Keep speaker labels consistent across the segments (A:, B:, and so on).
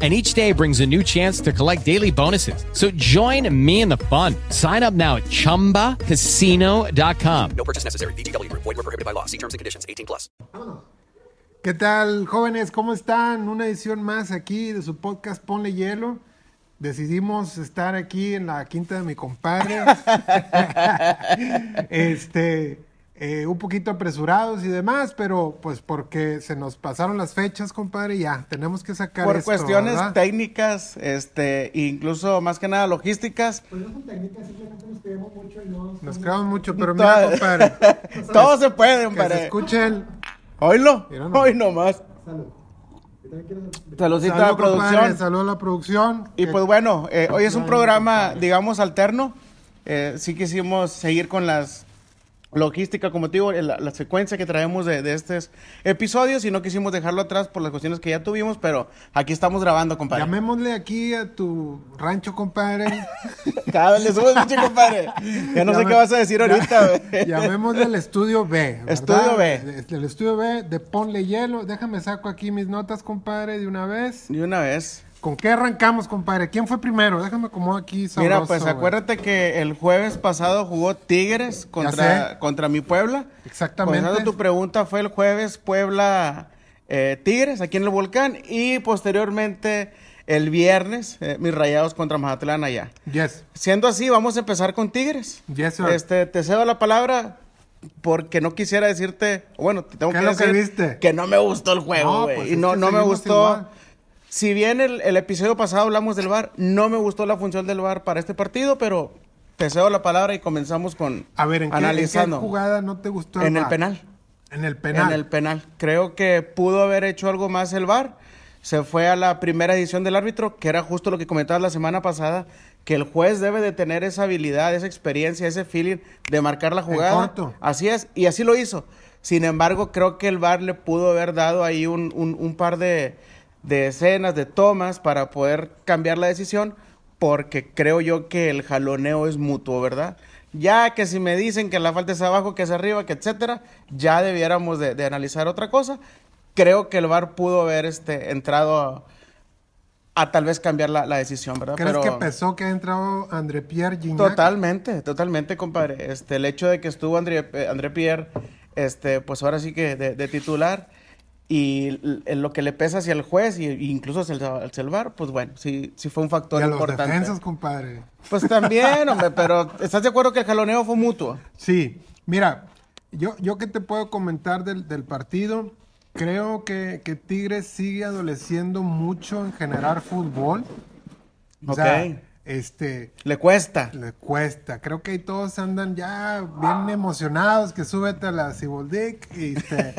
A: and each day brings a new chance to collect daily bonuses. So join me in the fun. Sign up now at ChumbaCasino.com.
B: No purchase necessary. VGW Group. Void were prohibited by law. See terms and conditions. 18 plus.
C: ¿Qué tal, jóvenes? ¿Cómo están? Una edición más aquí de su podcast Ponle Hielo. Decidimos estar aquí en la quinta de mi compadre. este, eh, un poquito apresurados y demás, pero pues porque se nos pasaron las fechas, compadre, y ya, tenemos que sacar
D: Por
C: esto,
D: cuestiones
C: ¿verdad?
D: técnicas, este, incluso más que nada logísticas,
C: Pues Nos quedamos mucho, pero mira,
D: Toda-
C: compadre,
D: todo se puede,
C: que se
D: hombre.
C: escuche el...
D: Oílo,
C: Mira nomás.
D: hoy nomás. Saludcito a la
C: Salud, compadre,
D: producción.
C: salud a la producción.
D: Y
C: Que-
D: pues bueno, eh, hoy es un programa, digamos, alterno. Eh, sí quisimos seguir con las logística, como te digo, el- la, secuencia que traemos de, de estos episodios y no quisimos dejarlo atrás por las cuestiones que ya tuvimos, pero aquí estamos grabando, compadre.
C: Llamémosle aquí a tu rancho, compadre.
D: Cada vez le subes mucho, compadre. Ya no sé
C: Llame-
D: qué vas a decir ahorita, güey.
C: Llamémosle al estudio B. ¿verdad?
D: Estudio B.
C: El estudio B de Ponle Hielo. Déjame saco aquí mis notas, compadre, de una vez.
D: De una vez.
C: ¿Con qué arrancamos, compadre? ¿Quién fue primero? Déjame acomodo aquí.
D: Mira,
C: sabroso,
D: pues
C: güey.
D: acuérdate que el jueves pasado jugó Tigres
C: sé.
D: contra, contra mi Puebla.
C: Exactamente.
D: Contestando tu pregunta, fue el jueves Puebla eh, Tigres aquí en el volcán y posteriormente el viernes eh, mis rayados contra Mazatlán allá.
C: Yes.
D: Siendo así, vamos a empezar con Tigres.
C: Yes, sir.
D: Este, te cedo la palabra porque no quisiera decirte, bueno, te tengo
C: ¿Qué
D: que
C: es lo que
D: decir
C: viste?
D: que no me gustó el
C: No,
D: juego, güey.
C: pues
D: y
C: es
D: no,
C: que
D: no me
C: seguimos
D: gustó.
C: igual.
D: Si bien el, el episodio pasado hablamos del VAR, no me gustó la función del VAR para este partido, pero te cedo la palabra y comenzamos con
C: A ver, ¿en qué,
D: analizando.
C: en qué jugada no te gustó
D: En el
C: VAR?
D: penal.
C: En el penal.
D: En el penal. Creo que pudo haber hecho algo más el VAR. Se fue a la primera edición del árbitro, que era justo lo que comentabas la semana pasada, que el juez debe de tener esa habilidad, esa experiencia, ese feeling de marcar la jugada.
C: corto.
D: Así es, y así lo hizo. Sin embargo, creo que el VAR le pudo haber dado ahí un, un- un par de, de escenas, de tomas, para poder cambiar la decisión, porque creo yo que el jaloneo es mutuo, ¿verdad? Ya que si me dicen que la falta es abajo, que es arriba, que etcétera, ya debiéramos de, de analizar otra cosa. Creo que el VAR pudo haber este, entrado a, a tal vez cambiar la, la decisión, ¿verdad?
C: ¿Crees
D: Pero-
C: que pesó que ha entrado André Pierre Gignac?
D: Totalmente, totalmente, compadre. Este, el hecho de que estuvo André, eh, André Pierre, este, pues ahora sí que de, de titular, y l- l- lo que le pesa hacia el juez, y, y incluso hacia el, hacia el VAR, pues bueno, sí, sí fue un
C: Y
D: factor
C: a los
D: importante.
C: defensas, compadre.
D: Pues también, hombre, pero ¿estás de acuerdo que el jaloneo fue mutuo?
C: Sí, mira, yo, yo que te puedo comentar del, del partido, creo que, que Tigres sigue adoleciendo mucho en generar fútbol. O sea,
D: Ok.
C: este,
D: Le cuesta.
C: le cuesta. Creo que ahí todos andan ya bien emocionados, que súbete a la Ciboldic y, este,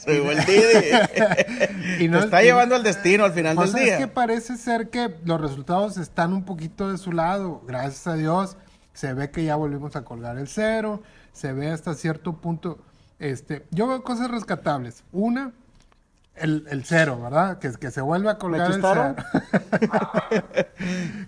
D: Soy buen Didi.
C: y no-
D: Te está
C: y-
D: llevando al destino al final
C: Pues
D: del
C: es
D: día.
C: que parece ser que los resultados están un poquito de su lado, gracias a Dios. Se ve que ya volvimos a colgar el cero, se ve hasta cierto punto. Este, yo veo cosas rescatables. Una, el, el cero, ¿verdad? Que, que se vuelve a colgar el cero.
D: chustaron?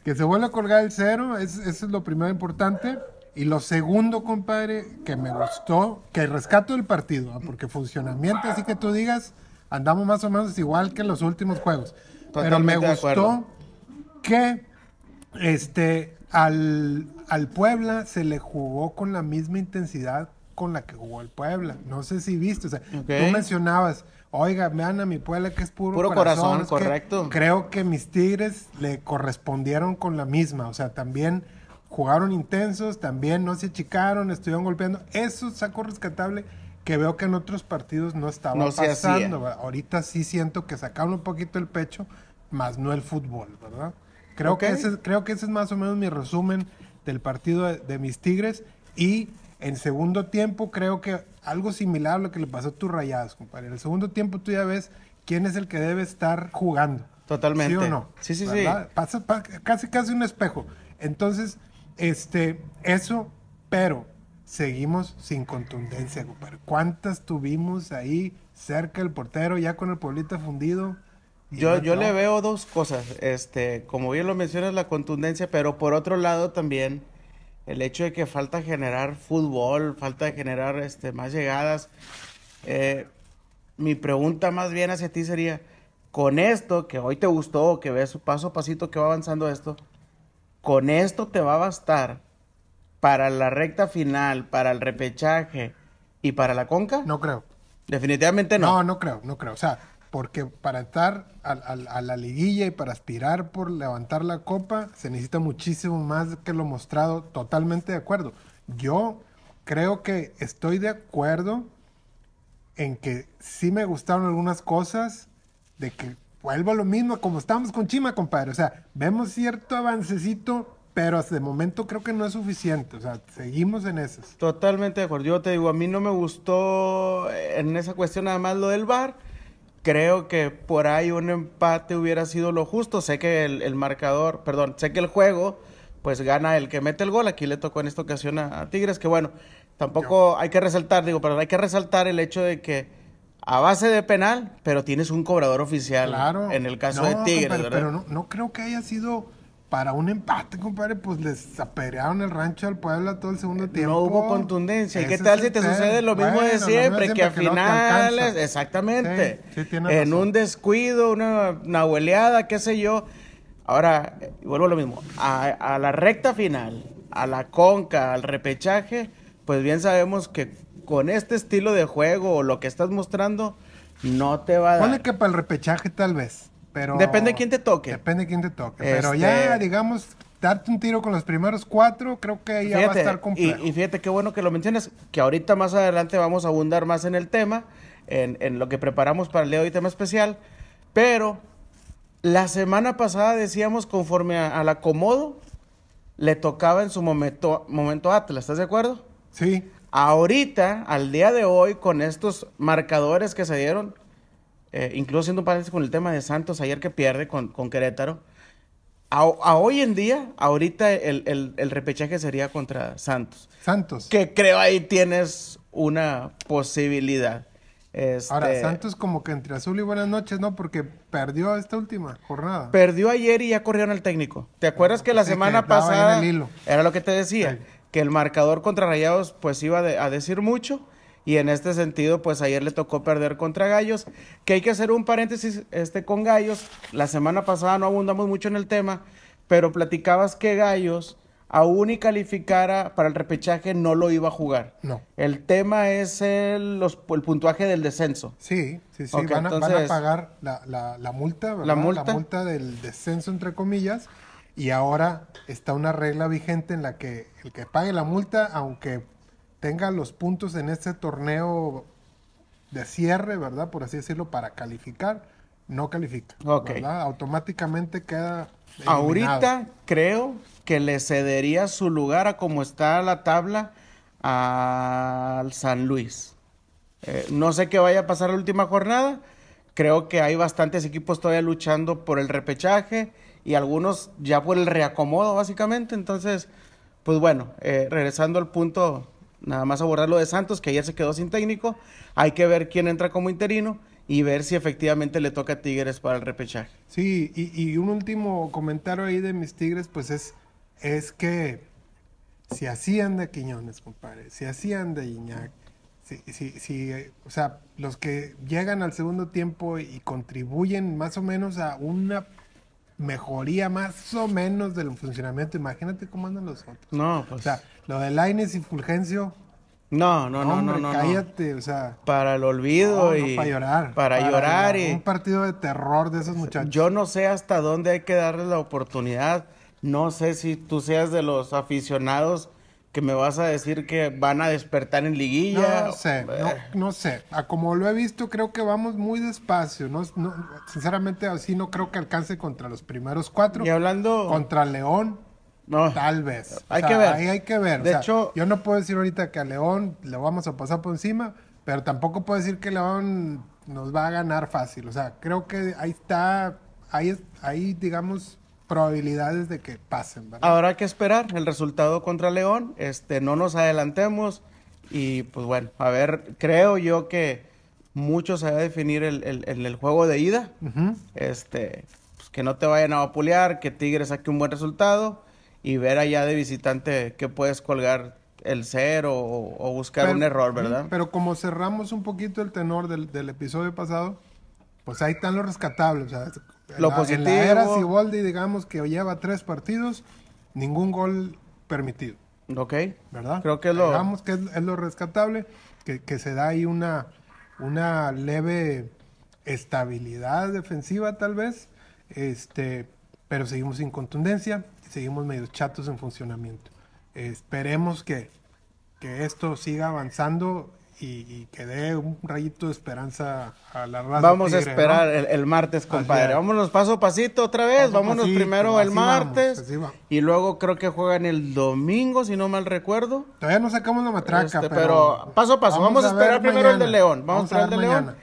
C: que se vuelve a colgar el cero, es- eso es lo primero importante. Y lo segundo, compadre, que me gustó, que rescato del partido, ¿ah? porque funcionamiento, así que tú digas, andamos más o menos igual que en los últimos juegos. Pero me
D: Totalmente de
C: gustó
D: acuerdo.
C: que este, al, al Puebla se le jugó con la misma intensidad con la que jugó el Puebla. No sé si viste, o sea,
D: Ok.
C: tú mencionabas, oiga, vean a mi Puebla que es puro,
D: Puro corazón,
C: es que
D: correcto.
C: creo que mis Tigres le correspondieron con la misma, o sea, también jugaron intensos, también no se achicaron, estuvieron golpeando. Eso saco rescatable que veo que en otros partidos no estaba
D: No se
C: pasando.
D: hacía.
C: ¿verdad? Ahorita sí siento que sacaron un poquito el pecho, más no el fútbol, ¿verdad? Creo,
D: Ok.
C: que, ese, creo que ese es más o menos mi resumen del partido de, de mis Tigres. Y en segundo tiempo, creo que algo similar a lo que le pasó a tus rayados, compadre. En el segundo tiempo tú ya ves quién es el que debe estar jugando.
D: Totalmente.
C: ¿Sí o no?
D: Sí, sí, sí.
C: ¿Verdad? Pasa, pa- casi, casi un espejo. Entonces, este, eso, pero seguimos sin contundencia, compadre. ¿Cuántas tuvimos ahí cerca del portero, ya con el pueblito fundido? Y
D: Yo,
C: no,
D: yo le
C: no.
D: veo dos cosas, este, como bien lo mencionas, la contundencia, pero por otro lado también el hecho de que falta generar fútbol, falta de generar este, más llegadas. Eh, mi pregunta más bien hacia ti sería, con esto que hoy te gustó, que ves paso a pasito que va avanzando esto, con esto te va a bastar para la recta final, para el repechaje y para la conca?
C: No creo.
D: Definitivamente
C: No, no creo, no creo. O sea, porque para estar al- al- a, la liguilla y para aspirar por levantar la copa, se necesita muchísimo más que lo mostrado. Totalmente de acuerdo. Yo creo que estoy de acuerdo en que sí me gustaron algunas cosas, de que vuelvo a lo mismo, como estábamos con Chima, compadre. O sea, vemos cierto avancecito, pero hasta de momento creo que no es suficiente. O sea, seguimos en esas.
D: Totalmente de acuerdo. Yo te digo, a mí no me gustó eh, en esa cuestión nada más lo del bar. Creo que por ahí un empate hubiera sido lo justo. Sé que el, el marcador, perdón, sé que el juego, pues gana el que mete el gol. Aquí le tocó en esta ocasión a, a Tigres, que bueno, tampoco hay que resaltar, digo, pero hay que resaltar el hecho de que a base de penal, pero tienes un cobrador oficial
C: Claro.
D: en el caso
C: No,
D: de Tigres,
C: compadre,
D: ¿verdad?
C: Pero no, no creo que haya sido para un empate, compadre. Pues les apedrearon el rancho al Puebla todo el segundo tiempo.
D: No hubo contundencia. ¿Y qué
C: Ese
D: tal
C: es
D: si
C: el
D: te
C: tema.
D: sucede lo mismo
C: Bueno, lo
D: de
C: mismo
D: siempre? Que a
C: siempre, que no te alcanza.
D: finales, exactamente.
C: Sí, sí, tienes
D: en
C: razón.
D: un descuido, una, una hueleada, qué sé yo. Ahora, eh, vuelvo a lo mismo. A, a la recta final, a la conca, al repechaje, pues bien sabemos que con este estilo de juego o lo que estás mostrando, no te va a dar.
C: Ponle que para el repechaje tal vez, pero...
D: Depende de quién te toque.
C: Depende de quién te toque. Pero
D: Este-
C: ya, digamos, darte un tiro con los primeros cuatro, creo que ahí ya va a
D: Fíjate,
C: estar
D: y,
C: complejo.
D: y fíjate qué bueno que lo mencionas, que ahorita más adelante vamos a abundar más en el tema, en, en lo que preparamos para el día de hoy, tema especial, pero la semana pasada decíamos conforme a- al acomodo, le tocaba en su momento, momento Atlas, ¿estás de acuerdo?
C: Sí,
D: Ahorita, al día de hoy, con estos marcadores que se dieron, eh, incluso siendo paréntesis con el tema de Santos ayer que pierde con, con Querétaro, a, a hoy en día, ahorita el, el- el repechaje sería contra Santos.
C: Santos.
D: Que creo ahí tienes una posibilidad. Este,
C: Ahora, Santos como que entre azul y buenas noches, ¿no? Porque perdió esta última jornada.
D: Perdió ayer y ya corrieron al técnico. ¿Te acuerdas que la
C: Sí, que
D: semana
C: andaba ahí en
D: pasada
C: el hilo.
D: era lo que te decía?
C: Sí.
D: Que el marcador contra Rayados pues iba de- a decir mucho y en este sentido pues ayer le tocó perder contra Gallos, que hay que hacer un paréntesis este con Gallos. La semana pasada no abundamos mucho en el tema, pero platicabas que Gallos aún y calificara para el repechaje no lo iba a jugar.
C: No.
D: El tema es el, los- el puntuaje del descenso.
C: Sí, sí, sí.
D: Ok,
C: van, a, van a
D: entonces-
C: pagar la, la- la multa, ¿verdad?
D: La multa.
C: del descenso, entre comillas. Y ahora está una regla vigente en la que el que pague la multa, aunque tenga los puntos en este torneo de cierre, ¿verdad? Por así decirlo, para calificar, no califica.
D: Ok.
C: ¿verdad? Automáticamente queda. eliminado.
D: Ahorita creo que le cedería su lugar a como está la tabla al San Luis. Eh, no sé qué vaya a pasar la última jornada. Creo que hay bastantes equipos todavía luchando por el repechaje y algunos ya por el reacomodo, básicamente. Entonces, pues bueno, eh, regresando al punto, nada más abordar lo de Santos, que ayer se quedó sin técnico. Hay que ver quién entra como interino y ver si efectivamente le toca a Tigres para el repechaje.
C: Sí, y, y un último comentario ahí de mis Tigres, pues es, es que si así anda Quiñones, compadre, si así anda Iñak, si, si, si, eh, o sea, los que llegan al segundo tiempo y contribuyen más o menos a una mejoría más o menos del funcionamiento, imagínate cómo andan los otros.
D: No, pues.
C: O sea, lo de Laines y Fulgencio,
D: No, no, no,
C: hombre,
D: no, no, no.
C: cállate, o sea,
D: Para el olvido
C: no, no,
D: y
C: para llorar.
D: para llorar
C: llorar, Un
D: y
C: partido de terror de esos muchachos.
D: yo no sé hasta dónde hay que darle la oportunidad. No sé si tú seas de los aficionados que me vas a decir que van a despertar en liguilla.
C: No sé, no,
D: Eh,
C: no sé. A como lo he visto, creo que vamos muy despacio. No, no- sinceramente, así no creo que alcance contra los primeros cuatro.
D: Y hablando
C: Contra León,
D: no.
C: tal vez. O
D: Hay
C: sea,
D: que ver.
C: Ahí hay que ver. O
D: De
C: sea,
D: hecho-
C: yo no puedo decir ahorita que a León le vamos a pasar por encima, pero tampoco puedo decir que León nos va a ganar fácil. O sea, creo que ahí está, ahí, ahí digamos, probabilidades de que pasen, ¿verdad?
D: Habrá que esperar el resultado contra León, este, no nos adelantemos y pues bueno, a ver, creo yo que mucho se va a definir en el, el- el juego de ida, este, pues, que no te vayan a vapulear, que Tigres saque un buen resultado y ver allá de visitante que puedes colgar el cero o, o buscar un error, ¿verdad?
C: Pero como cerramos un poquito el tenor del, del episodio pasado, pues ahí están los rescatables. o sea, en
D: Lo
C: la- En
D: positivo.
C: la era Siboldi, digamos que lleva tres partidos, ningún gol permitido,
D: ok,
C: ¿verdad?
D: creo que es lo...
C: Digamos que es, es lo rescatable, que, que se da ahí una, una leve estabilidad defensiva tal vez, este, pero seguimos sin contundencia, seguimos medio chatos en funcionamiento. Esperemos que, que esto siga avanzando y, y que dé un rayito de esperanza a la raza.
D: Vamos a
C: tigre, ¿no?
D: esperar el, el martes, compadre.
C: es.
D: Vámonos paso a pasito otra vez.
C: Paso a
D: Vámonos
C: pasito,
D: primero el
C: así vamos,
D: martes.
C: así vamos.
D: y luego creo que juegan el domingo, si no mal recuerdo.
C: Todavía no sacamos la matraca,
D: Este,
C: pero,
D: pero, paso a paso. Vamos, a
C: ver
D: esperar primero el de
C: mañana.
D: León. Vamos, a
C: ver
D: esperar el de León.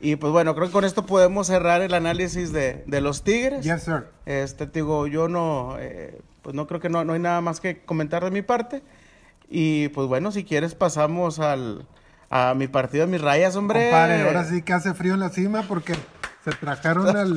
D: Y pues bueno, creo que con esto podemos cerrar el análisis de, de los Tigres.
C: Yes, sir.
D: Este, te digo, yo no, eh, pues no creo que no, no hay nada más que comentar de mi parte. Y pues bueno, si quieres pasamos al, a mi partido de mis rayas, hombre.
C: Compadre, ahora sí que hace frío en la cima porque se trajeron el,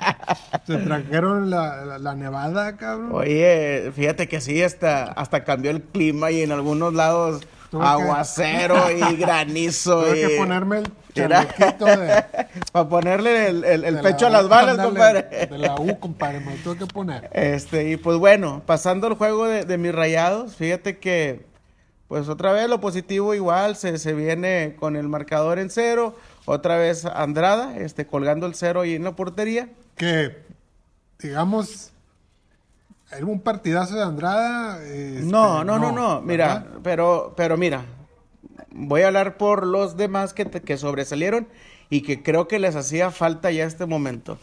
C: se trajeron la, la- la nevada, cabrón.
D: Oye, fíjate que sí, hasta, hasta cambió el clima y en algunos lados
C: Tuve que-
D: aguacero y granizo.
C: Tuve que
D: y-
C: ponerme el
D: eh, Mira.
C: chalequito de,
D: Para ponerle el, el- el
C: de
D: pecho a
C: la
D: las
C: U,
D: balas,
C: ándale,
D: compadre.
C: De la U, compadre, me lo tuve que poner.
D: Este, y pues bueno, pasando al juego de, de mis rayados, fíjate que, pues otra vez lo positivo igual, se, se viene con el marcador en cero, otra vez Andrada, este, colgando el cero y en la portería.
C: Que, digamos, era un partidazo de Andrada. este,
D: No, no, no, no, mira,
C: ¿verdad?
D: pero, pero mira, voy a hablar por los demás que, te- que sobresalieron y que creo que les hacía falta ya este momento.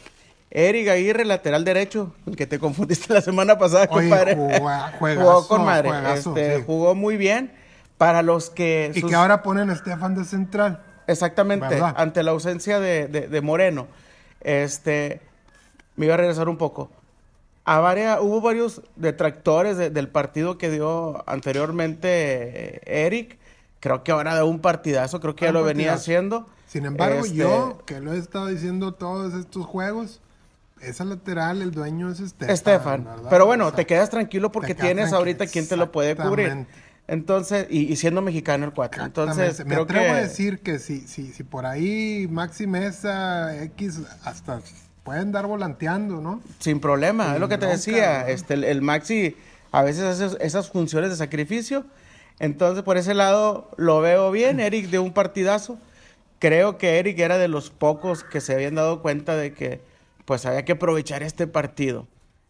D: Eric Aguirre, lateral derecho, el que te confundiste la semana pasada,
C: Oye,
D: compadre.
C: jugua-
D: jugó
C: juegazo,
D: con madre,
C: juegazo,
D: este,
C: sí.
D: jugó muy bien. Para los que...
C: Y
D: sus-
C: que ahora ponen a Estefan de central.
D: Exactamente,
C: ¿Verdad?
D: ante la ausencia de, de- de Moreno. Este, me iba a regresar un poco. A varia- hubo varios detractores de- del partido que dio anteriormente eh, Eric. Creo que ahora da un partidazo, creo que ya
C: Un
D: lo venía
C: partidazo.
D: haciendo.
C: Ah, pues, Sin embargo,
D: Este,
C: yo, que lo he estado diciendo todos estos juegos, esa lateral, el dueño es Estefan.
D: Estefan.
C: ¿verdad?
D: Pero bueno,
C: O sea,
D: te quedas tranquilo porque
C: quedas
D: tienes
C: tranquilo,
D: ahorita quien te lo puede cubrir.
C: exactamente.
D: Entonces, y, y siendo mexicano el cuatro. Entonces,
C: Exactamente. me
D: creo
C: atrevo
D: que...
C: a decir que si, si, si por ahí Maxi Mesa, X, hasta pueden dar volanteando, ¿no?
D: Sin problema, es lo que te
C: bronca,
D: decía.
C: ¿no?
D: Este, el, el Maxi a veces hace esas funciones de sacrificio. Entonces, por ese lado, lo veo
C: Mm.
D: bien. Eric de un partidazo. Creo que Eric era de los pocos que se habían dado cuenta de que pues había que aprovechar este partido.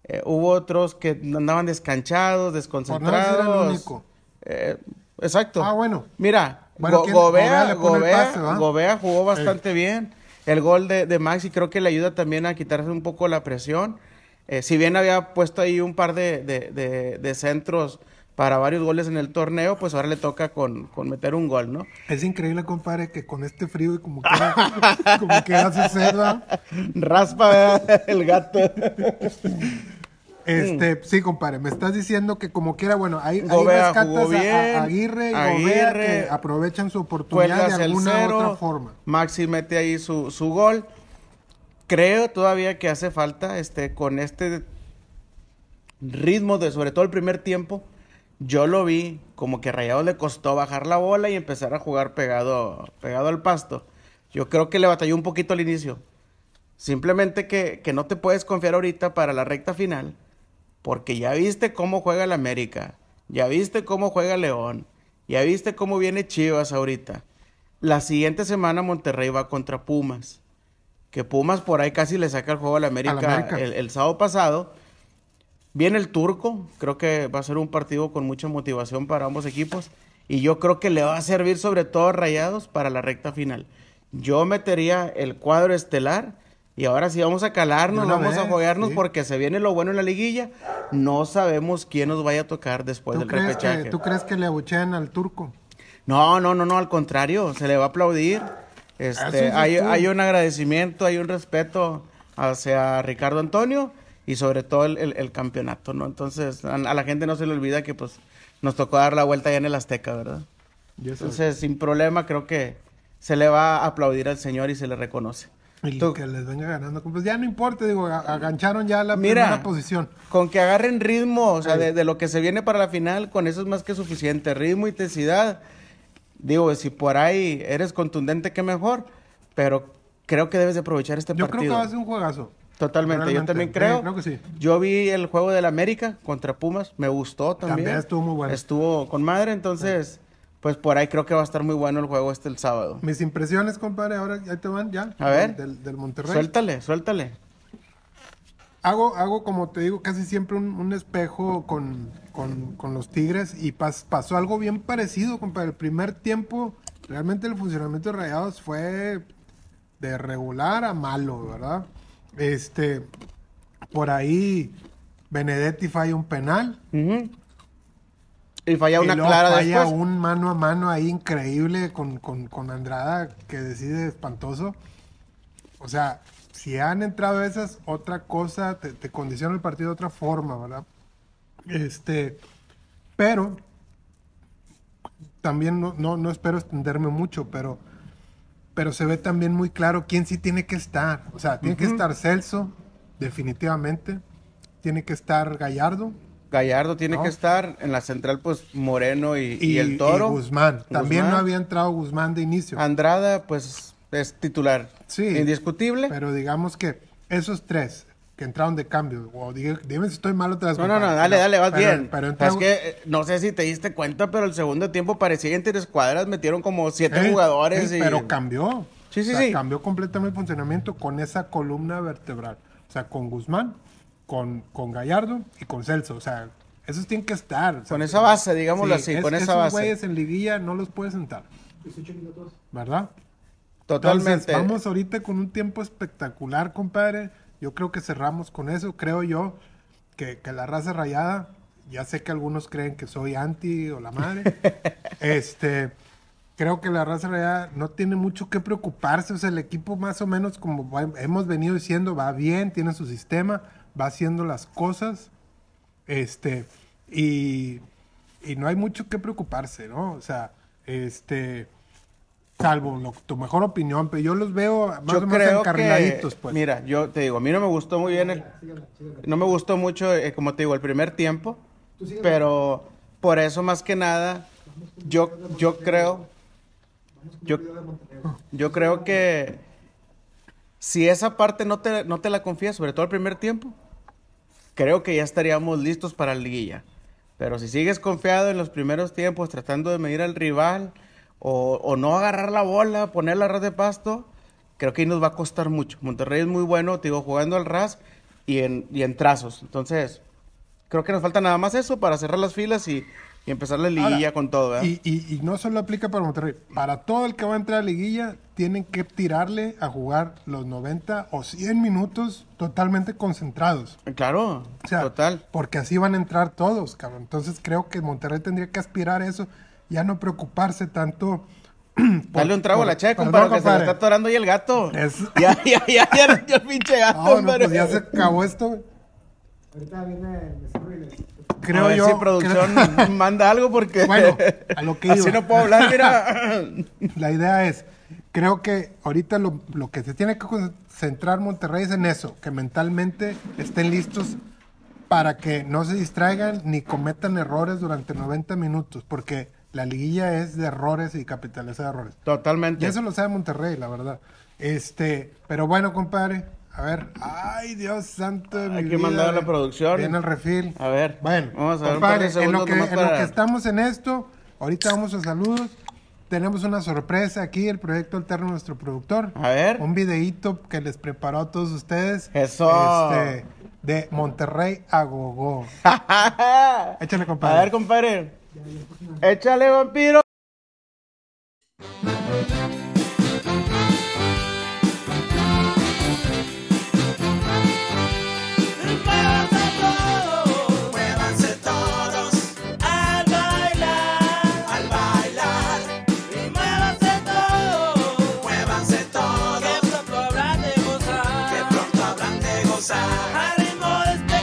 D: Eh, hubo otros que andaban descanchados,
C: Por no decir el
D: desconcentrados.
C: único.
D: Eh, exacto.
C: Ah, bueno.
D: Mira,
C: Bueno,
D: Go-
C: ¿quién? Gobea
D: Gobea,
C: le pone el
D: Gobea-
C: pase, ¿va?
D: Gobea jugó bastante bien. El gol de, de Maxi creo que le ayuda también a quitarse un poco la presión. Eh, si bien había puesto ahí un par de, de- de- de centros para varios goles en el torneo, pues ahora le toca con, con meter un gol, ¿no?
C: Es increíble, compadre, que con este frío y como que, como que hace seda.
D: Raspa el gato.
C: Este, sí, compadre, me estás diciendo que como quiera, bueno, ahí, ahí
D: Mm. Gobea
C: rescatas
D: jugó
C: a- a,
D: bien,
C: Aguirre y Gobea
D: Aguirre,
C: que aprovechan su oportunidad
D: cuelgas
C: de
D: el
C: alguna
D: cero.
C: otra forma.
D: Maxi mete ahí su, su gol. Creo todavía que hace falta este, con este ritmo de sobre todo el primer tiempo. Yo lo vi como que a Rayados le costó bajar la bola y empezar a jugar pegado, pegado al pasto. Yo creo que le batalló un poquito al inicio. Simplemente que, que no te puedes confiar ahorita para la recta final, porque ya viste cómo juega el América, ya viste cómo juega León, ya viste cómo viene Chivas ahorita. La siguiente semana Monterrey va contra Pumas, que Pumas por ahí casi le saca el juego al América,
C: América.
D: El, el sábado pasado. Viene el turco, creo que va a ser un partido con mucha motivación para ambos equipos y yo creo que le va a servir sobre todo a Rayados para la recta final. Yo metería el cuadro estelar y ahora sí vamos a
C: De
D: calarnos,
C: una
D: vamos a
C: vez,
D: jugarnos
C: sí.
D: porque se viene lo bueno en la liguilla. No sabemos quién nos vaya a tocar
C: ¿Tú
D: después del
C: crees, que,
D: Pues repechaje.
C: ¿Tú crees que le abuchean al turco?
D: No, no, no, no, al contrario, se le va a aplaudir. Este,
C: Eso dices
D: hay,
C: tú.
D: hay un agradecimiento, hay un respeto hacia Ricardo Antonio y sobre todo el, el- el campeonato, ¿no? Entonces, a, a la gente no se le olvida que pues nos tocó dar la vuelta allá en el Azteca, ¿verdad? Entonces, sin problema, creo que se le va a aplaudir al señor y se le reconoce.
C: Y
D: Tú-
C: que les venga ganando. Pues ya no importa, digo, a- agancharon ya la
D: Mira,
C: primera posición.
D: con que agarren ritmo, o sea, de, de lo que se viene para la final, con eso es más que suficiente. Ritmo, intensidad. Digo, si por ahí eres contundente, qué mejor. Pero creo que debes de aprovechar este
C: Yo creo
D: partido.
C: que va a ser un juegazo.
D: Totalmente, yo
C: Realmente,
D: también
C: sí,
D: creo.
C: creo que sí.
D: Yo vi el juego del América contra Pumas, me gustó también.
C: También estuvo muy bueno.
D: Estuvo con madre, entonces, pues por ahí creo que va a estar muy bueno el juego este el sábado.
C: Mis impresiones, compadre, ahora ahí te van, ya.
D: A ver.
C: Del, del Monterrey.
D: Suéltale, suéltale.
C: Hago, hago, como te digo, casi siempre un, un espejo con, con- con los Tigres y pas- pasó algo bien parecido, compadre. El primer tiempo, realmente el funcionamiento de Rayados fue de regular a malo, ¿verdad? Este, por ahí Benedetti falla un penal.
D: Y falla
C: y
D: una
C: luego
D: clara
C: falla
D: después.
C: un mano a mano ahí increíble con, con- con Andrada que decide espantoso. O sea, si han entrado esas, otra cosa, te, te condiciona el partido de otra forma, ¿verdad? Este, pero también no, no, no espero extenderme mucho, pero, pero se ve también muy claro quién sí tiene que estar. O sea, tiene que estar Celso, definitivamente. Tiene que estar Gallardo.
D: Gallardo tiene
C: No.
D: que estar en la central, pues Moreno y, y el
C: y
D: Toro.
C: Guzmán. También
D: Guzmán.
C: no había entrado Guzmán de inicio.
D: Andrada, pues es titular.
C: Sí.
D: Indiscutible.
C: Pero digamos que esos tres que entraron de cambio, o diga- dime si estoy mal otra vez.
D: No, no, no,
C: compadre.
D: dale,
C: Pero-
D: dale, vas
C: pero-
D: bien.
C: Pero
D: es
C: entraron-
D: que eh, no sé si te diste cuenta, pero el segundo tiempo parecía interescuadras, metieron como siete
C: Ey,
D: jugadores
C: ey,
D: y
C: Pero cambió.
D: Sí, sí,
C: O sea,
D: sí.
C: Cambió completamente el funcionamiento con esa columna vertebral. O sea, con Guzmán, con, con Gallardo y con Celso. O sea, esos tienen que estar. o sea,
D: con esa base, digámoslo
C: sí,
D: así,
C: es-
D: con esa
C: esos
D: base.
C: güeyes en liguilla no los puedes sentar. ¿Verdad?
D: Totalmente.
C: Entonces, vamos ahorita con un tiempo espectacular, compadre. Yo creo que cerramos con eso. Creo yo que, que la raza rayada, ya sé que algunos creen que soy anti o la madre. este, creo que la raza rayada no tiene mucho que preocuparse. O sea, el equipo más o menos, como va- hemos venido diciendo, va bien, tiene su sistema, va haciendo las cosas. Este, y, y no hay mucho que preocuparse, ¿no? O sea, este, salvo lo- tu mejor opinión, pero yo los veo más
D: yo
C: o menos
D: creo que,
C: encarnaditos, pues.
D: mira, yo te digo, a mí no me gustó muy bien, el- no me gustó mucho, eh, como te digo, el primer tiempo, pero por eso más que nada, yo, yo creo, yo, yo creo que si esa parte no te, no te la confías, sobre todo el primer tiempo, creo que ya estaríamos listos para la liguilla. Pero si sigues confiado en los primeros tiempos, tratando de medir al rival o, o no agarrar la bola, poner la ras de pasto, creo que ahí nos va a costar mucho. Monterrey es muy bueno, te digo, jugando al ras y en, y en trazos. Entonces, creo que nos falta nada más eso para cerrar las filas y, y empezar la
C: Ahora,
D: liguilla con todo. ¿verdad?
C: Y, y- y no solo aplica para Monterrey, para todo el que va a entrar a liguilla, tienen que tirarle a jugar los 90 o 100 minutos totalmente concentrados.
D: Claro,
C: O sea,
D: total.
C: Porque así van a entrar todos, cabrón. Entonces creo que Monterrey tendría que aspirar a eso, ya no preocuparse tanto.
D: Dale un trago a la
C: por-
D: checa,
C: perdón,
D: compadre, que se le
C: compadre.
D: está atorando ahí el gato.
C: Es-
D: Ya, ya, ya, ya, ya, el pinche gato,
C: No, no,
D: compadre.
C: pues ya se acabó esto. güey. Creo
D: a ver
C: yo.
D: si
C: creo-
D: producción manda algo porque
C: Bueno, a lo que
D: así
C: iba.
D: no puedo hablar, mira.
C: La idea es, creo que ahorita lo, lo que se tiene que concentrar Monterrey es en eso, que mentalmente estén listos para que no se distraigan ni cometan errores durante 90 minutos, porque la liguilla es de errores y capitaliza de errores. Y
D: Totalmente.
C: eso lo sabe Monterrey, la verdad. Este, pero bueno, compadre, a ver, ay, Dios santo de mi
D: Hay que
C: vida,
D: mandar a la
C: ve.
D: producción.
C: Viene el refil.
D: A ver,
C: Bueno,
D: vamos a ver un par
C: compadre,
D: de
C: en
D: segundos
C: lo que,
D: nomás
C: en lo
D: para-
C: que estamos en esto, ahorita vamos a saludos. Tenemos una sorpresa aquí, el proyecto alterno de nuestro productor.
D: A ver.
C: Un videíto que les preparó a todos ustedes.
D: Eso.
C: Este, de Monterrey a Gogó. Échale, compadre.
D: A ver, compadre. Échale, vampiro.
E: Muévanse todos, muévanse todos al bailar, al bailar. Y muévanse todos, muévanse todos. Que pronto habrán de gozar, que pronto habrán de gozar. Al ritmo de este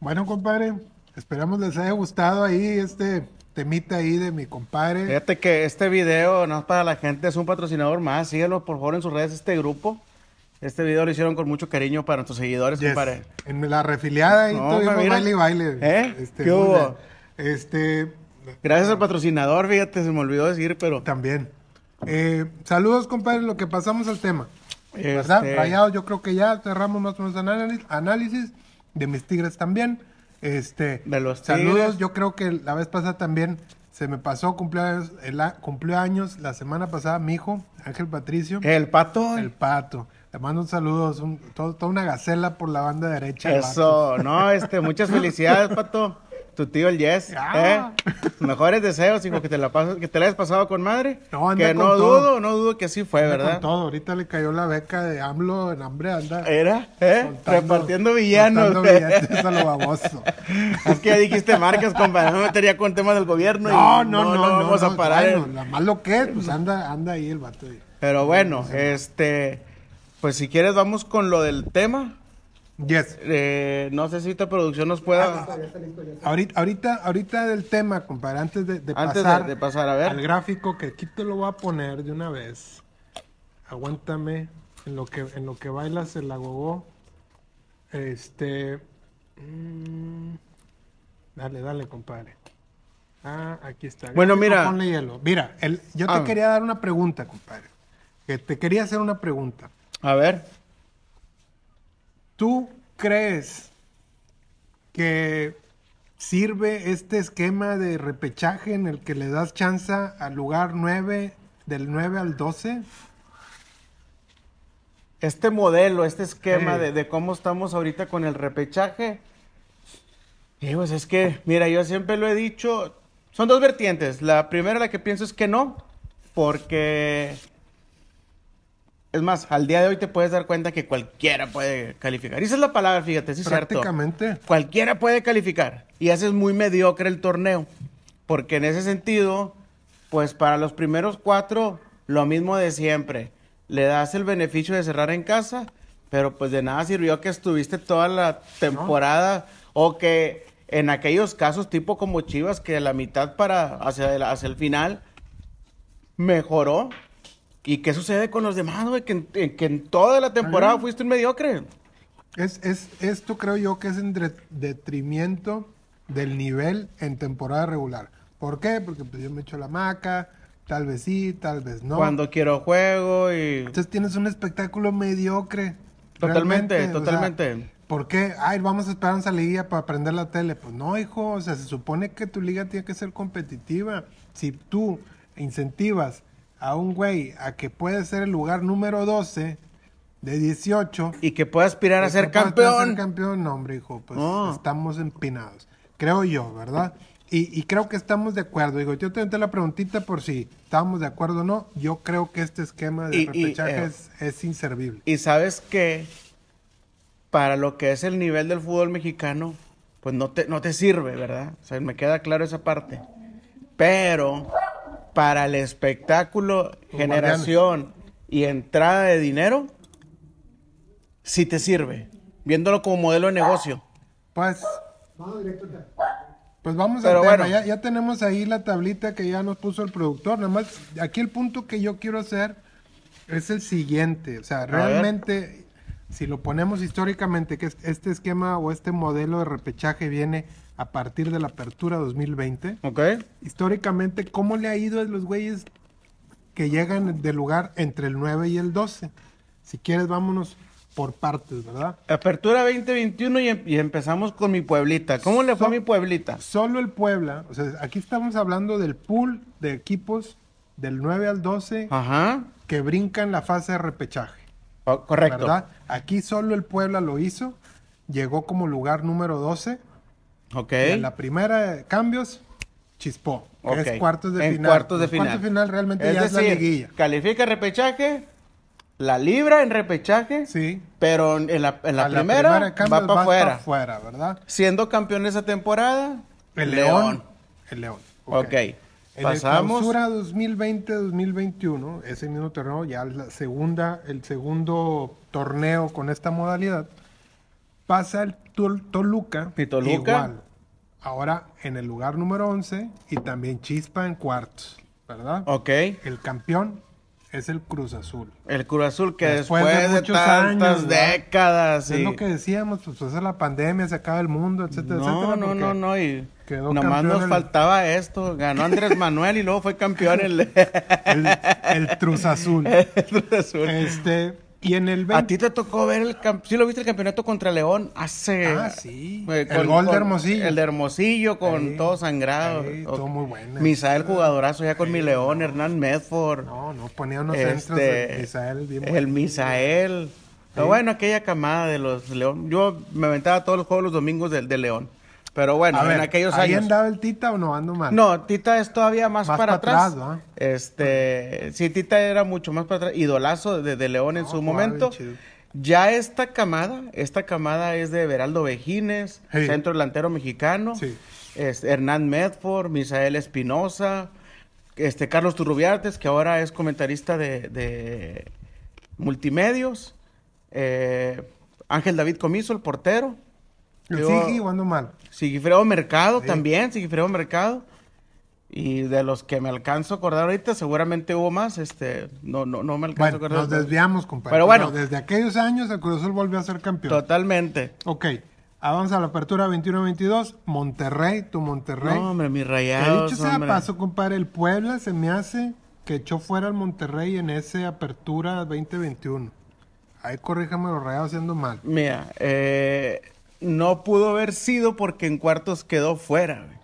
C: Bueno, compadre, esperamos les haya gustado ahí este temita ahí de mi compadre.
D: Fíjate que este video no es para la gente, es un patrocinador más. Síguelo por favor en sus redes, este grupo. Este video lo hicieron con mucho cariño para nuestros seguidores,
C: Yes.
D: compadre.
C: En la refiliada y
D: No,
C: todo,
D: hombre,
C: y
D: mira.
C: baile y baile.
D: ¿Eh?
C: Este,
D: ¿Qué
C: muy
D: hubo?
C: bien. Este,
D: Gracias al patrocinador, fíjate, se me olvidó decir, pero.
C: también. Eh, saludos, compadre, lo que pasamos al tema. ¿Verdad?
D: este,
C: Rayado, yo creo que ya cerramos más o menos análisis, análisis de mis tigres también. Este,
D: De los
C: Saludos,
D: Tigres.
C: yo creo que la vez pasada también se me pasó cumpleaños, el, a- cumplió años la semana pasada mi hijo, Ángel Patricio,
D: El pato.
C: el pato. Le mando un saludo, es un- todo- toda una gacela por la banda derecha. el vato.
D: Eso, no, este, muchas felicidades, pato. Tu tío el Yes.
C: Ah.
D: ¿eh? Mejores deseos, hijo, que te la pases- que te la hayas pasado con madre.
C: No, anda
D: que
C: con
D: no
C: todo.
D: dudo, no dudo que sí fue,
C: Anda
D: ¿verdad?
C: Con todo, ahorita le cayó la beca de AMLO en hambre, anda.
D: Era, ¿eh?
C: soltando-
D: Repartiendo villanos. ¿eh?
C: soltando billetes a lo baboso.
D: Es que ya dijiste marcas, compadre. No me metería con temas del gobierno. y
C: No, no, no, no,
D: vamos a
C: no,
D: parar.
C: bueno,
D: el-
C: la malo que es, pues anda, anda ahí el vato. ahí.
D: Pero bueno, este. Pues si quieres, vamos con lo del tema.
C: Yes.
D: Eh, no sé si esta producción nos
C: Ah,
D: pueda.
C: Ahorita, ahorita, ahorita del tema, compadre, antes de, de
D: Antes de-
C: pasar,
D: de pasar, a ver.
C: al gráfico que aquí te lo voy a poner de una vez. Aguántame en lo que en lo que bailas el agogó. Este, mm, dale, dale, compadre. Ah, aquí está.
D: Bueno,
C: Gráfico,
D: mira.
C: ponle hielo. Mira, el- yo te
D: Ah.
C: quería dar una pregunta, compadre. Que te quería hacer una pregunta.
D: A ver.
C: ¿Tú crees que sirve este esquema de repechaje en el que le das chance al lugar 9, del 9 al 12?
D: Este modelo, este esquema
C: Sí.
D: de, de cómo estamos ahorita con el repechaje. Y pues es que, mira, yo siempre lo he dicho. Son dos vertientes. La primera, la que pienso es que no, porque. Es más, al día de hoy te puedes dar cuenta que cualquiera puede calificar. Y esa es la palabra, fíjate, sí es cierto.
C: Prácticamente.
D: Cualquiera puede calificar. Y haces muy mediocre el torneo. Porque en ese sentido, pues para los primeros cuatro, lo mismo de siempre. Le das el beneficio de cerrar en casa, pero pues de nada sirvió que estuviste toda la temporada o que en aquellos casos tipo como Chivas, que la mitad para hacia el, hacia el final mejoró. ¿Y qué sucede con los demás, güey? Que en, que en toda la temporada
C: Ajá.
D: fuiste un mediocre.
C: Es, es- esto creo yo que es en dre- detrimento del nivel en temporada regular. ¿Por qué? Porque pues, yo me echo la maca, tal vez sí, tal vez no.
D: Cuando quiero juego y...
C: Entonces tienes un espectáculo mediocre.
D: Totalmente,
C: realmente, o sea,
D: totalmente.
C: ¿Por qué? Ay, vamos a esperar a liguilla para prender la tele. Pues no, hijo, o sea, se supone que tu liga tiene que ser competitiva. Si tú incentivas a un güey a que puede ser el lugar número 12 de 18,
D: y que pueda aspirar a
C: que
D: ser
C: capaz de
D: campeón.
C: ser campeón, no, hombre, hijo, pues
D: No.
C: estamos empinados. Creo yo, ¿verdad? Y, y creo que estamos de acuerdo. Digo, yo te metí la preguntita por si estábamos de acuerdo o no. Yo creo que este esquema de
D: Y- y,
C: repechaje
D: eh,
C: es, es inservible.
D: y sabes que para lo que es el nivel del fútbol mexicano, pues no te, no te sirve, ¿verdad? O sea, me queda claro esa parte. Pero para el espectáculo,
C: Los
D: generación y entrada de dinero, sí te sirve. Viéndolo como modelo de negocio.
C: Pues. Pues vamos
D: Pero
C: al tema.
D: bueno.
C: Ya, ya tenemos ahí la tablita que ya nos puso el productor. Nada más, aquí el punto que yo quiero hacer es el siguiente. O sea,
D: ver.
C: realmente, si lo ponemos históricamente, que es- este esquema o este modelo de repechaje viene a partir de la apertura 2020.
D: ¿Ok?
C: Históricamente, ¿cómo le ha ido a los güeyes que llegan de lugar entre el 9 y el 12? Si quieres, vámonos por partes, ¿verdad?
D: Apertura 2021 y, em- y empezamos con mi pueblita. ¿Cómo le fue a
C: So-
D: mi pueblita?
C: Solo el Puebla, o sea, aquí estamos hablando del pool de equipos del 9 al 12
D: Ajá.
C: que brincan la fase de repechaje,
D: Oh, correcto.
C: ¿verdad? Aquí solo el Puebla lo hizo, llegó como lugar número 12,
D: Ok.
C: y en la primera de cambios chispó, que
D: Ok.
C: es cuartos de
D: En
C: final.
D: Cuartos de
C: Los
D: final.
C: realmente
D: Es
C: ya es la
D: decir,
C: liguilla.
D: Califica repechaje, la libra en repechaje,
C: Sí.
D: pero en la, en la
C: A
D: primera,
C: de cambios vas
D: va para
C: pa'
D: afuera.
C: afuera, ¿verdad?
D: Siendo campeón esa temporada,
C: El León. El León.
D: Ok.
C: En
D: Pasamos.
C: el clausura 2020-2021, ese mismo torneo, ya la segunda, el segundo torneo con esta modalidad, pasa el Tol- Toluca,
D: ¿Y Toluca?
C: igual. Ahora en el lugar número 11 y también Chispa en cuartos, ¿verdad?
D: Ok.
C: El campeón es el Cruz Azul.
D: El Cruz Azul que después,
C: Después de
D: de,
C: muchos
D: tantas
C: años, ¿verdad?
D: décadas.
C: Es
D: y-
C: lo que decíamos, pues es la pandemia, se acaba el mundo, etcétera,
D: No,
C: etcétera.
D: no,
C: porque
D: no, no. Y
C: quedó
D: nomás
C: campeón
D: nos
C: el-
D: faltaba esto. Ganó Andrés Manuel y luego fue campeón el,
C: El, el Cruz Azul.
D: el Cruz Azul.
C: este, y en el 20,
D: A ti te tocó ver el campeonato. Sí, lo viste el campeonato contra León hace.
C: Ah, sí.
D: eh,
C: El gol de Hermosillo.
D: El de Hermosillo con
C: Sí.
D: todo sangrado.
C: Sí,
D: Ok.
C: estuvo muy bueno.
D: Misael jugadorazo ya con mi León, Hernán Medford.
C: No, no, ponía unos centros
D: este,
C: de Misael bien
D: el
C: buenos.
D: Misael. Pero bueno, aquella camada de los León. Yo me aventaba todos los juegos los domingos del de León. Pero bueno,
C: A
D: en
C: ver,
D: aquellos
C: ¿ahí
D: años.
C: andaba el Tita o no ando mal?
D: No, Tita es todavía más,
C: Más
D: para
C: pa'
D: atrás.
C: atrás, ¿va?
D: Este, sí, Tita era mucho más para atrás. Idolazo de, de León en
C: No,
D: su
C: jugaba
D: momento.
C: bien chido.
D: Ya esta camada, esta camada es de Veraldo Vejines,
C: Sí.
D: centro delantero mexicano.
C: Sí.
D: Es Hernán Medford, Misael Espinosa, este Carlos Turrubiartes, que ahora es comentarista de, de multimedios. eh, Ángel David Comiso, el portero.
C: ¿El
D: Yo-
C: Sigi o ando mal?
D: Sigifredo Mercado también, Sigifredo Mercado. Y de los que me alcanzo a acordar ahorita, seguramente hubo más. Este, no, no, no me alcanzo
C: Bueno,
D: a acordar.
C: nos desviamos, compadre.
D: Pero bueno,
C: desde aquellos años el Cruz Azul volvió a ser campeón.
D: totalmente.
C: Ok, avanza la apertura 21-22. Monterrey, tu Monterrey.
D: No, hombre, mis
C: Que
D: rayados.
C: dicho sea
D: hombre.
C: paso, compadre, el Puebla se me hace que echó fuera al Monterrey en esa apertura 2021. Ahí corríjame los rayados haciendo mal.
D: Mira, eh, no pudo haber sido porque en cuartos quedó fuera. güey.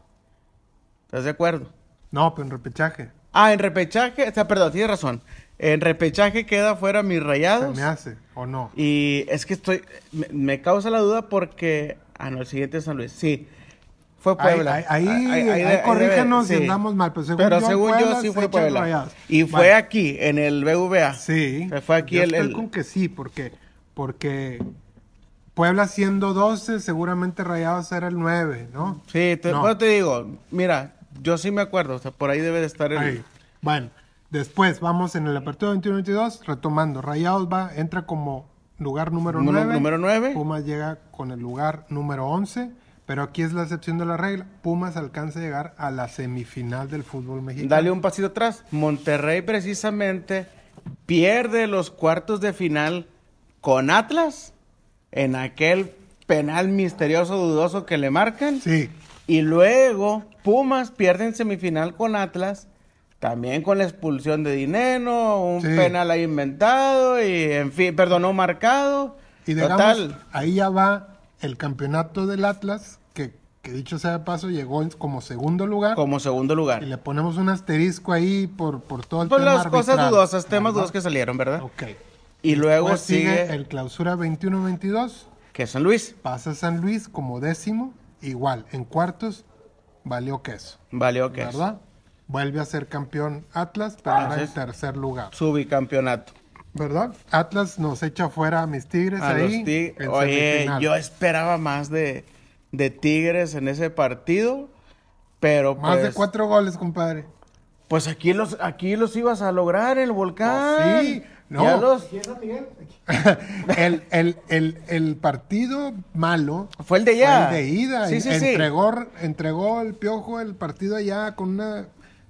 D: ¿Estás de acuerdo?
C: No, pero en repechaje.
D: Ah, en repechaje, o sea, perdón, tienes razón. En repechaje queda fuera mis
C: Se
D: rayados.
C: me hace, o no.
D: Y es que estoy. Me, me causa la duda porque. Ah, no, el siguiente es San Luis. Sí. Fue
C: Ahí-
D: Puebla.
C: ahí- ahí- ahí
D: debe-
C: corríjanos
D: debe-
C: si andamos mal, pero según yo,
D: según
C: Puebla
D: yo sí
C: se
D: fue
C: echa
D: Puebla.
C: rayados.
D: Y fue
C: Bueno.
D: aquí, en el BVA.
C: Sí.
D: O sea, fue aquí
C: yo
D: el.
C: estoy
D: el-
C: con que sí, porque, porque Puebla siendo 12, seguramente Rayados era el 9, ¿no?
D: Sí, te,
C: No.
D: bueno, te digo, mira, yo sí me acuerdo. O sea, por ahí debe de estar el.
C: Ahí. Bueno, después vamos en el apertura 21-22, retomando, Rayados va, entra como lugar número
D: Número-
C: 9.
D: número nueve.
C: Pumas llega con el lugar número 11, pero aquí es la excepción de la regla. Pumas alcanza a llegar a la semifinal del fútbol mexicano.
D: Dale un pasito atrás. Monterrey precisamente pierde los cuartos de final con Atlas en aquel penal misterioso, dudoso que le marcan.
C: Sí,
D: Y luego Pumas pierde en semifinal con Atlas, también con la expulsión de Dineno, un
C: Sí.
D: penal ahí inventado y, en fin, perdón, no marcado.
C: y digamos,
D: Total,
C: ahí ya va el campeonato del Atlas, que, que dicho sea de paso, llegó en- como segundo lugar.
D: como segundo lugar.
C: Y le ponemos un asterisco ahí por, por todo el
D: Pues
C: tema
D: las cosas
C: arbitral,
D: dudosas, temas
C: ¿verdad?
D: dudosos que salieron, ¿verdad?
C: Ok.
D: Y luego
C: Después
D: sigue,
C: sigue el clausura 21-22.
D: que es San Luis.
C: Pasa San Luis como décimo, igual, en cuartos, valió queso,
D: Valió que es
C: ¿verdad? Vuelve a ser campeón Atlas, pero ahora en
D: Entonces-
C: tercer lugar,
D: su bicampeonato.
C: ¿verdad? Atlas nos echa fuera a mis Tigres
D: A los
C: ahí.
D: Tig-
C: en
D: Oye,
C: semifinal.
D: yo esperaba más de, de Tigres en ese partido, pero
C: Más de
D: pues,
C: cuatro goles, compadre.
D: pues aquí los aquí los ibas a lograr en el volcán.
C: Pues sí, no.
D: Ya los-
C: el, el, el, el partido malo
D: fue el de allá.
C: Fue el de ida.
D: Sí, sí, sí.
C: entregó, entregó el piojo el partido allá con una,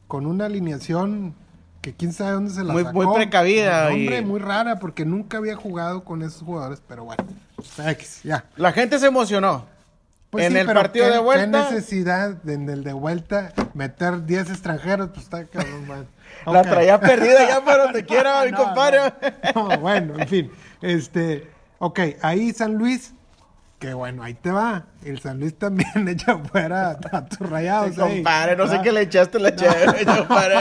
C: con una alineación que quién sabe dónde se la
D: Muy-
C: sacó.
D: muy precavida
C: No, Hombre,
D: y-
C: muy rara porque nunca había jugado con esos jugadores, pero bueno. X, ya.
D: La gente se emocionó.
C: Pues
D: en
C: sí,
D: el
C: pero
D: partido
C: ¿qué-
D: de vuelta,
C: ¿Qué necesidad de, en el de vuelta meter 10 extranjeros? Pues está cabrón, man.
D: la
C: Ok.
D: traía perdida ya para donde quiera, mi
C: No,
D: compadre.
C: no. No, bueno, en fin. Este, ok, ahí San Luis, que bueno, ahí te va. El San Luis también echa fuera a, a tus rayados. ahí,
D: Compadre, no sé
C: ¿verdad?
D: qué le echaste la chévere, compadre.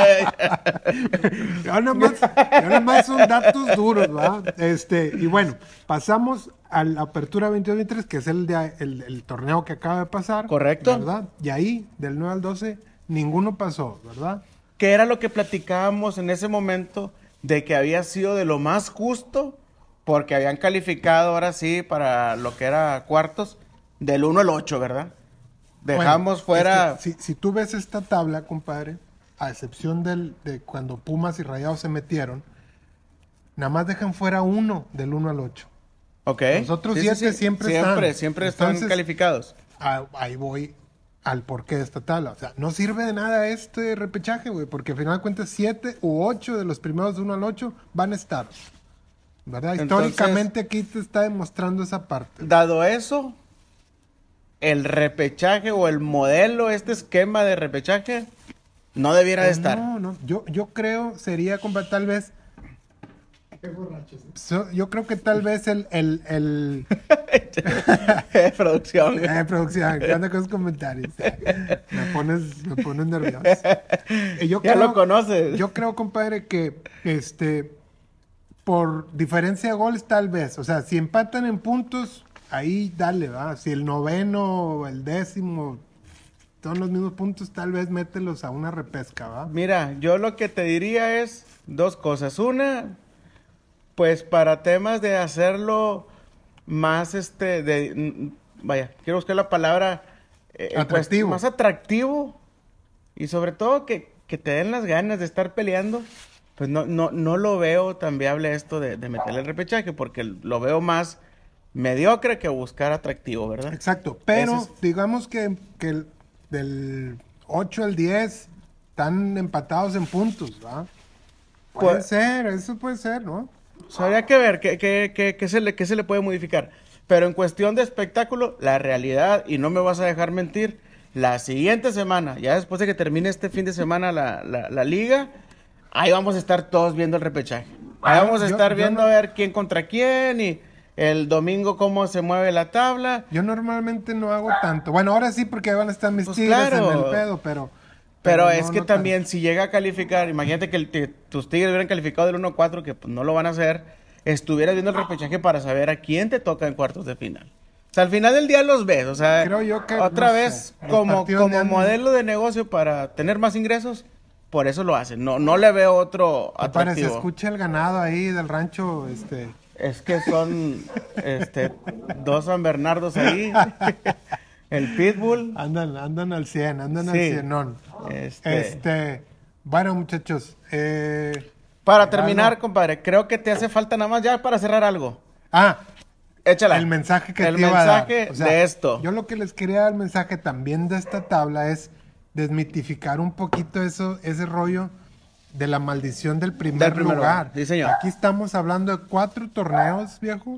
C: Yo nada más, yo nada más son datos duros, ¿verdad? Este, y bueno, pasamos a la apertura 22-23, que es el, de, el, el torneo que acaba de pasar.
D: Correcto.
C: ¿Verdad? Y ahí, del 9 al 12, ninguno pasó, ¿verdad?
D: que era lo que platicábamos en ese momento de que había sido de lo más justo porque habían calificado ahora sí para lo que era cuartos del 1 al 8, ¿verdad? Dejamos
C: Bueno,
D: fuera
C: es que si, si tú ves esta tabla, compadre, a excepción del, de cuando Pumas y Rayados se metieron, nada más dejan fuera uno del 1 al 8.
D: Ok.
C: Los otros
D: Sí, sí,
C: siete
D: sí.
C: siempre,
D: Siempre,
C: están.
D: siempre están
C: Entonces,
D: calificados.
C: a- Ah, ahí voy al porqué de esta tabla. O sea, no sirve de nada este repechaje, güey, porque al final de cuentas siete u ocho de los primeros de uno al ocho van a estar. ¿Verdad?
D: Entonces-
C: Históricamente aquí te está demostrando esa parte.
D: Dado eso, el repechaje o el modelo, este esquema de repechaje, no debiera de estar.
C: No, no, yo, yo creo sería compa- tal vez. So- yo creo que tal vez el, el, el
D: Eh, Producción. güey.
C: Eh, producción, ¿qué onda con los comentarios? Me pones, me pones nervioso. Eh, yo
D: Ya lo conoces.
C: Yo creo, compadre, que este por diferencia de goles, tal vez. O sea, si empatan en puntos, ahí dale, va. Si el noveno o el décimo son los mismos puntos, tal vez mételos a una repesca, va.
D: Mira, yo lo que te diría es dos cosas. Una, pues para temas de hacerlo más este, de, mm, vaya, quiero buscar la palabra eh, en cuest-
C: Atractivo.
D: más atractivo y sobre todo que, que te den las ganas de estar peleando. Pues no, no, no lo veo tan viable esto de, de meterle el repechaje porque lo veo más mediocre que buscar atractivo, ¿verdad?
C: Exacto, pero
D: Ese es-
C: digamos que, que el- del 8 al 10 están empatados en puntos, ¿va? Puede
D: Pues-
C: ser, eso puede ser, ¿no?
D: O sea, habría que ver qué, qué- qué- qué se le, qué se le puede modificar. Pero en cuestión de espectáculo, la realidad, y no me vas a dejar mentir, la siguiente semana, ya después de que termine este fin de semana la, la- la liga, ahí vamos a estar todos viendo el repechaje. Ahí vamos a
C: Yo-
D: estar
C: yo
D: viendo
C: no-
D: a ver quién contra quién y el domingo cómo se mueve la tabla.
C: Yo normalmente no hago tanto. Bueno, ahora sí porque van a estar mis
D: Pues
C: tigres
D: claro.
C: en el pedo, pero...
D: Pero
C: no,
D: es que
C: no tanto.
D: también si llega a calificar, imagínate que el ti- tus Tigres hubieran calificado del 1-4, que pues, no lo van a hacer, estuvieras viendo el repechaje para saber a quién te toca en cuartos de final. O sea, al final del día los ves, o sea,
C: Creo yo que,
D: otra
C: no
D: vez
C: sé, los
D: como,
C: partidos
D: como
C: de antes-
D: modelo de negocio para tener más ingresos, por eso lo hacen. No, no le veo otro
C: Compadre, se
D: atractivo.
C: escucha el ganado ahí del rancho, este...
D: Es que son este, dos San Bernardos Pues ahí, el Pitbull.
C: Andan, andan al 100, andan al
D: Sí.
C: 100. no.
D: Este-
C: Este, Bueno, muchachos, eh...
D: Para terminar,
C: no.
D: compadre, creo que te hace falta nada más ya para cerrar algo.
C: Ah,
D: Échala.
C: El mensaje que
D: El
C: te iba a dar.
D: mensaje
C: O sea,
D: de esto.
C: Yo lo que les quería dar el mensaje también de esta tabla es desmitificar un poquito eso, ese rollo de la maldición del primer,
D: Del primer
C: lugar.
D: lugar, sí, señor.
C: Aquí estamos hablando de cuatro torneos, viejo.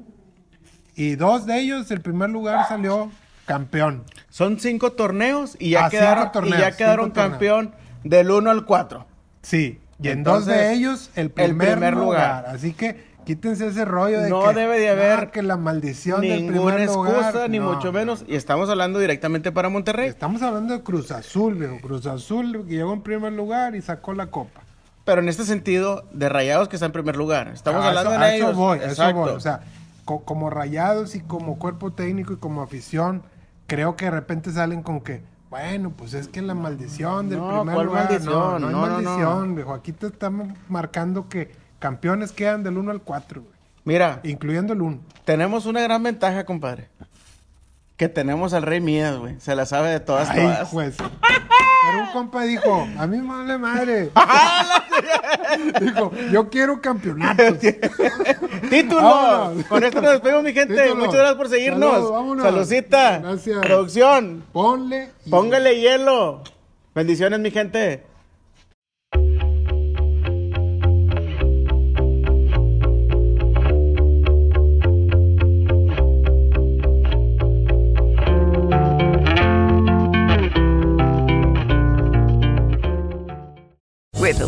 C: Y dos de ellos, el primer lugar salió campeón.
D: Son cinco torneos y ya
C: Ah, cinco
D: quedaron,
C: torneos,
D: y ya quedaron
C: cinco torneos.
D: campeón del 1 al 4.
C: Sí. Y en dos
D: Entonces,
C: de ellos, el
D: el
C: primer,
D: primer
C: lugar.
D: lugar.
C: Así que quítense ese rollo de
D: No
C: que,
D: debe de
C: "Ah,
D: haber
C: que la maldición del primer
D: Ninguna excusa,
C: lugar".
D: ni
C: No,
D: mucho
C: no.
D: menos. Y estamos hablando directamente para Monterrey.
C: Estamos hablando de Cruz Azul, viejo. Cruz Azul que llegó en primer lugar y sacó la copa.
D: Pero en este sentido, de rayados que está en primer lugar. Estamos
C: A
D: hablando
C: eso-
D: de
C: a eso
D: ellos.
C: voy, a eso
D: Exacto.
C: voy. O sea, co- como rayados y como cuerpo técnico y como afición, creo que de repente salen con que, bueno, pues es que la maldición del
D: No,
C: primer
D: ¿cuál
C: lugar. No,
D: maldición?
C: no hay
D: No, no, no.
C: maldición, viejo. Aquí te estamos marcando que campeones quedan del 1 al 4, güey,
D: Mira,
C: incluyendo el 1.
D: tenemos una gran ventaja, compadre. Que tenemos al Rey Mías, güey. Se la sabe de todas,
C: Ay,
D: todas.
C: juez. Pero un compa dijo, a mí me vale madre.
D: Ah,
C: dijo, yo quiero campeonatos.
D: ¡Título!
C: Vámonos.
D: Con esto nos despedimos, mi gente.
C: Título.
D: Muchas gracias por seguirnos.
C: Saludos, vámonos.
D: Saludcita.
C: Gracias.
D: Producción.
C: Ponle. y-
D: Póngale hielo. Bendiciones, mi gente.
F: With the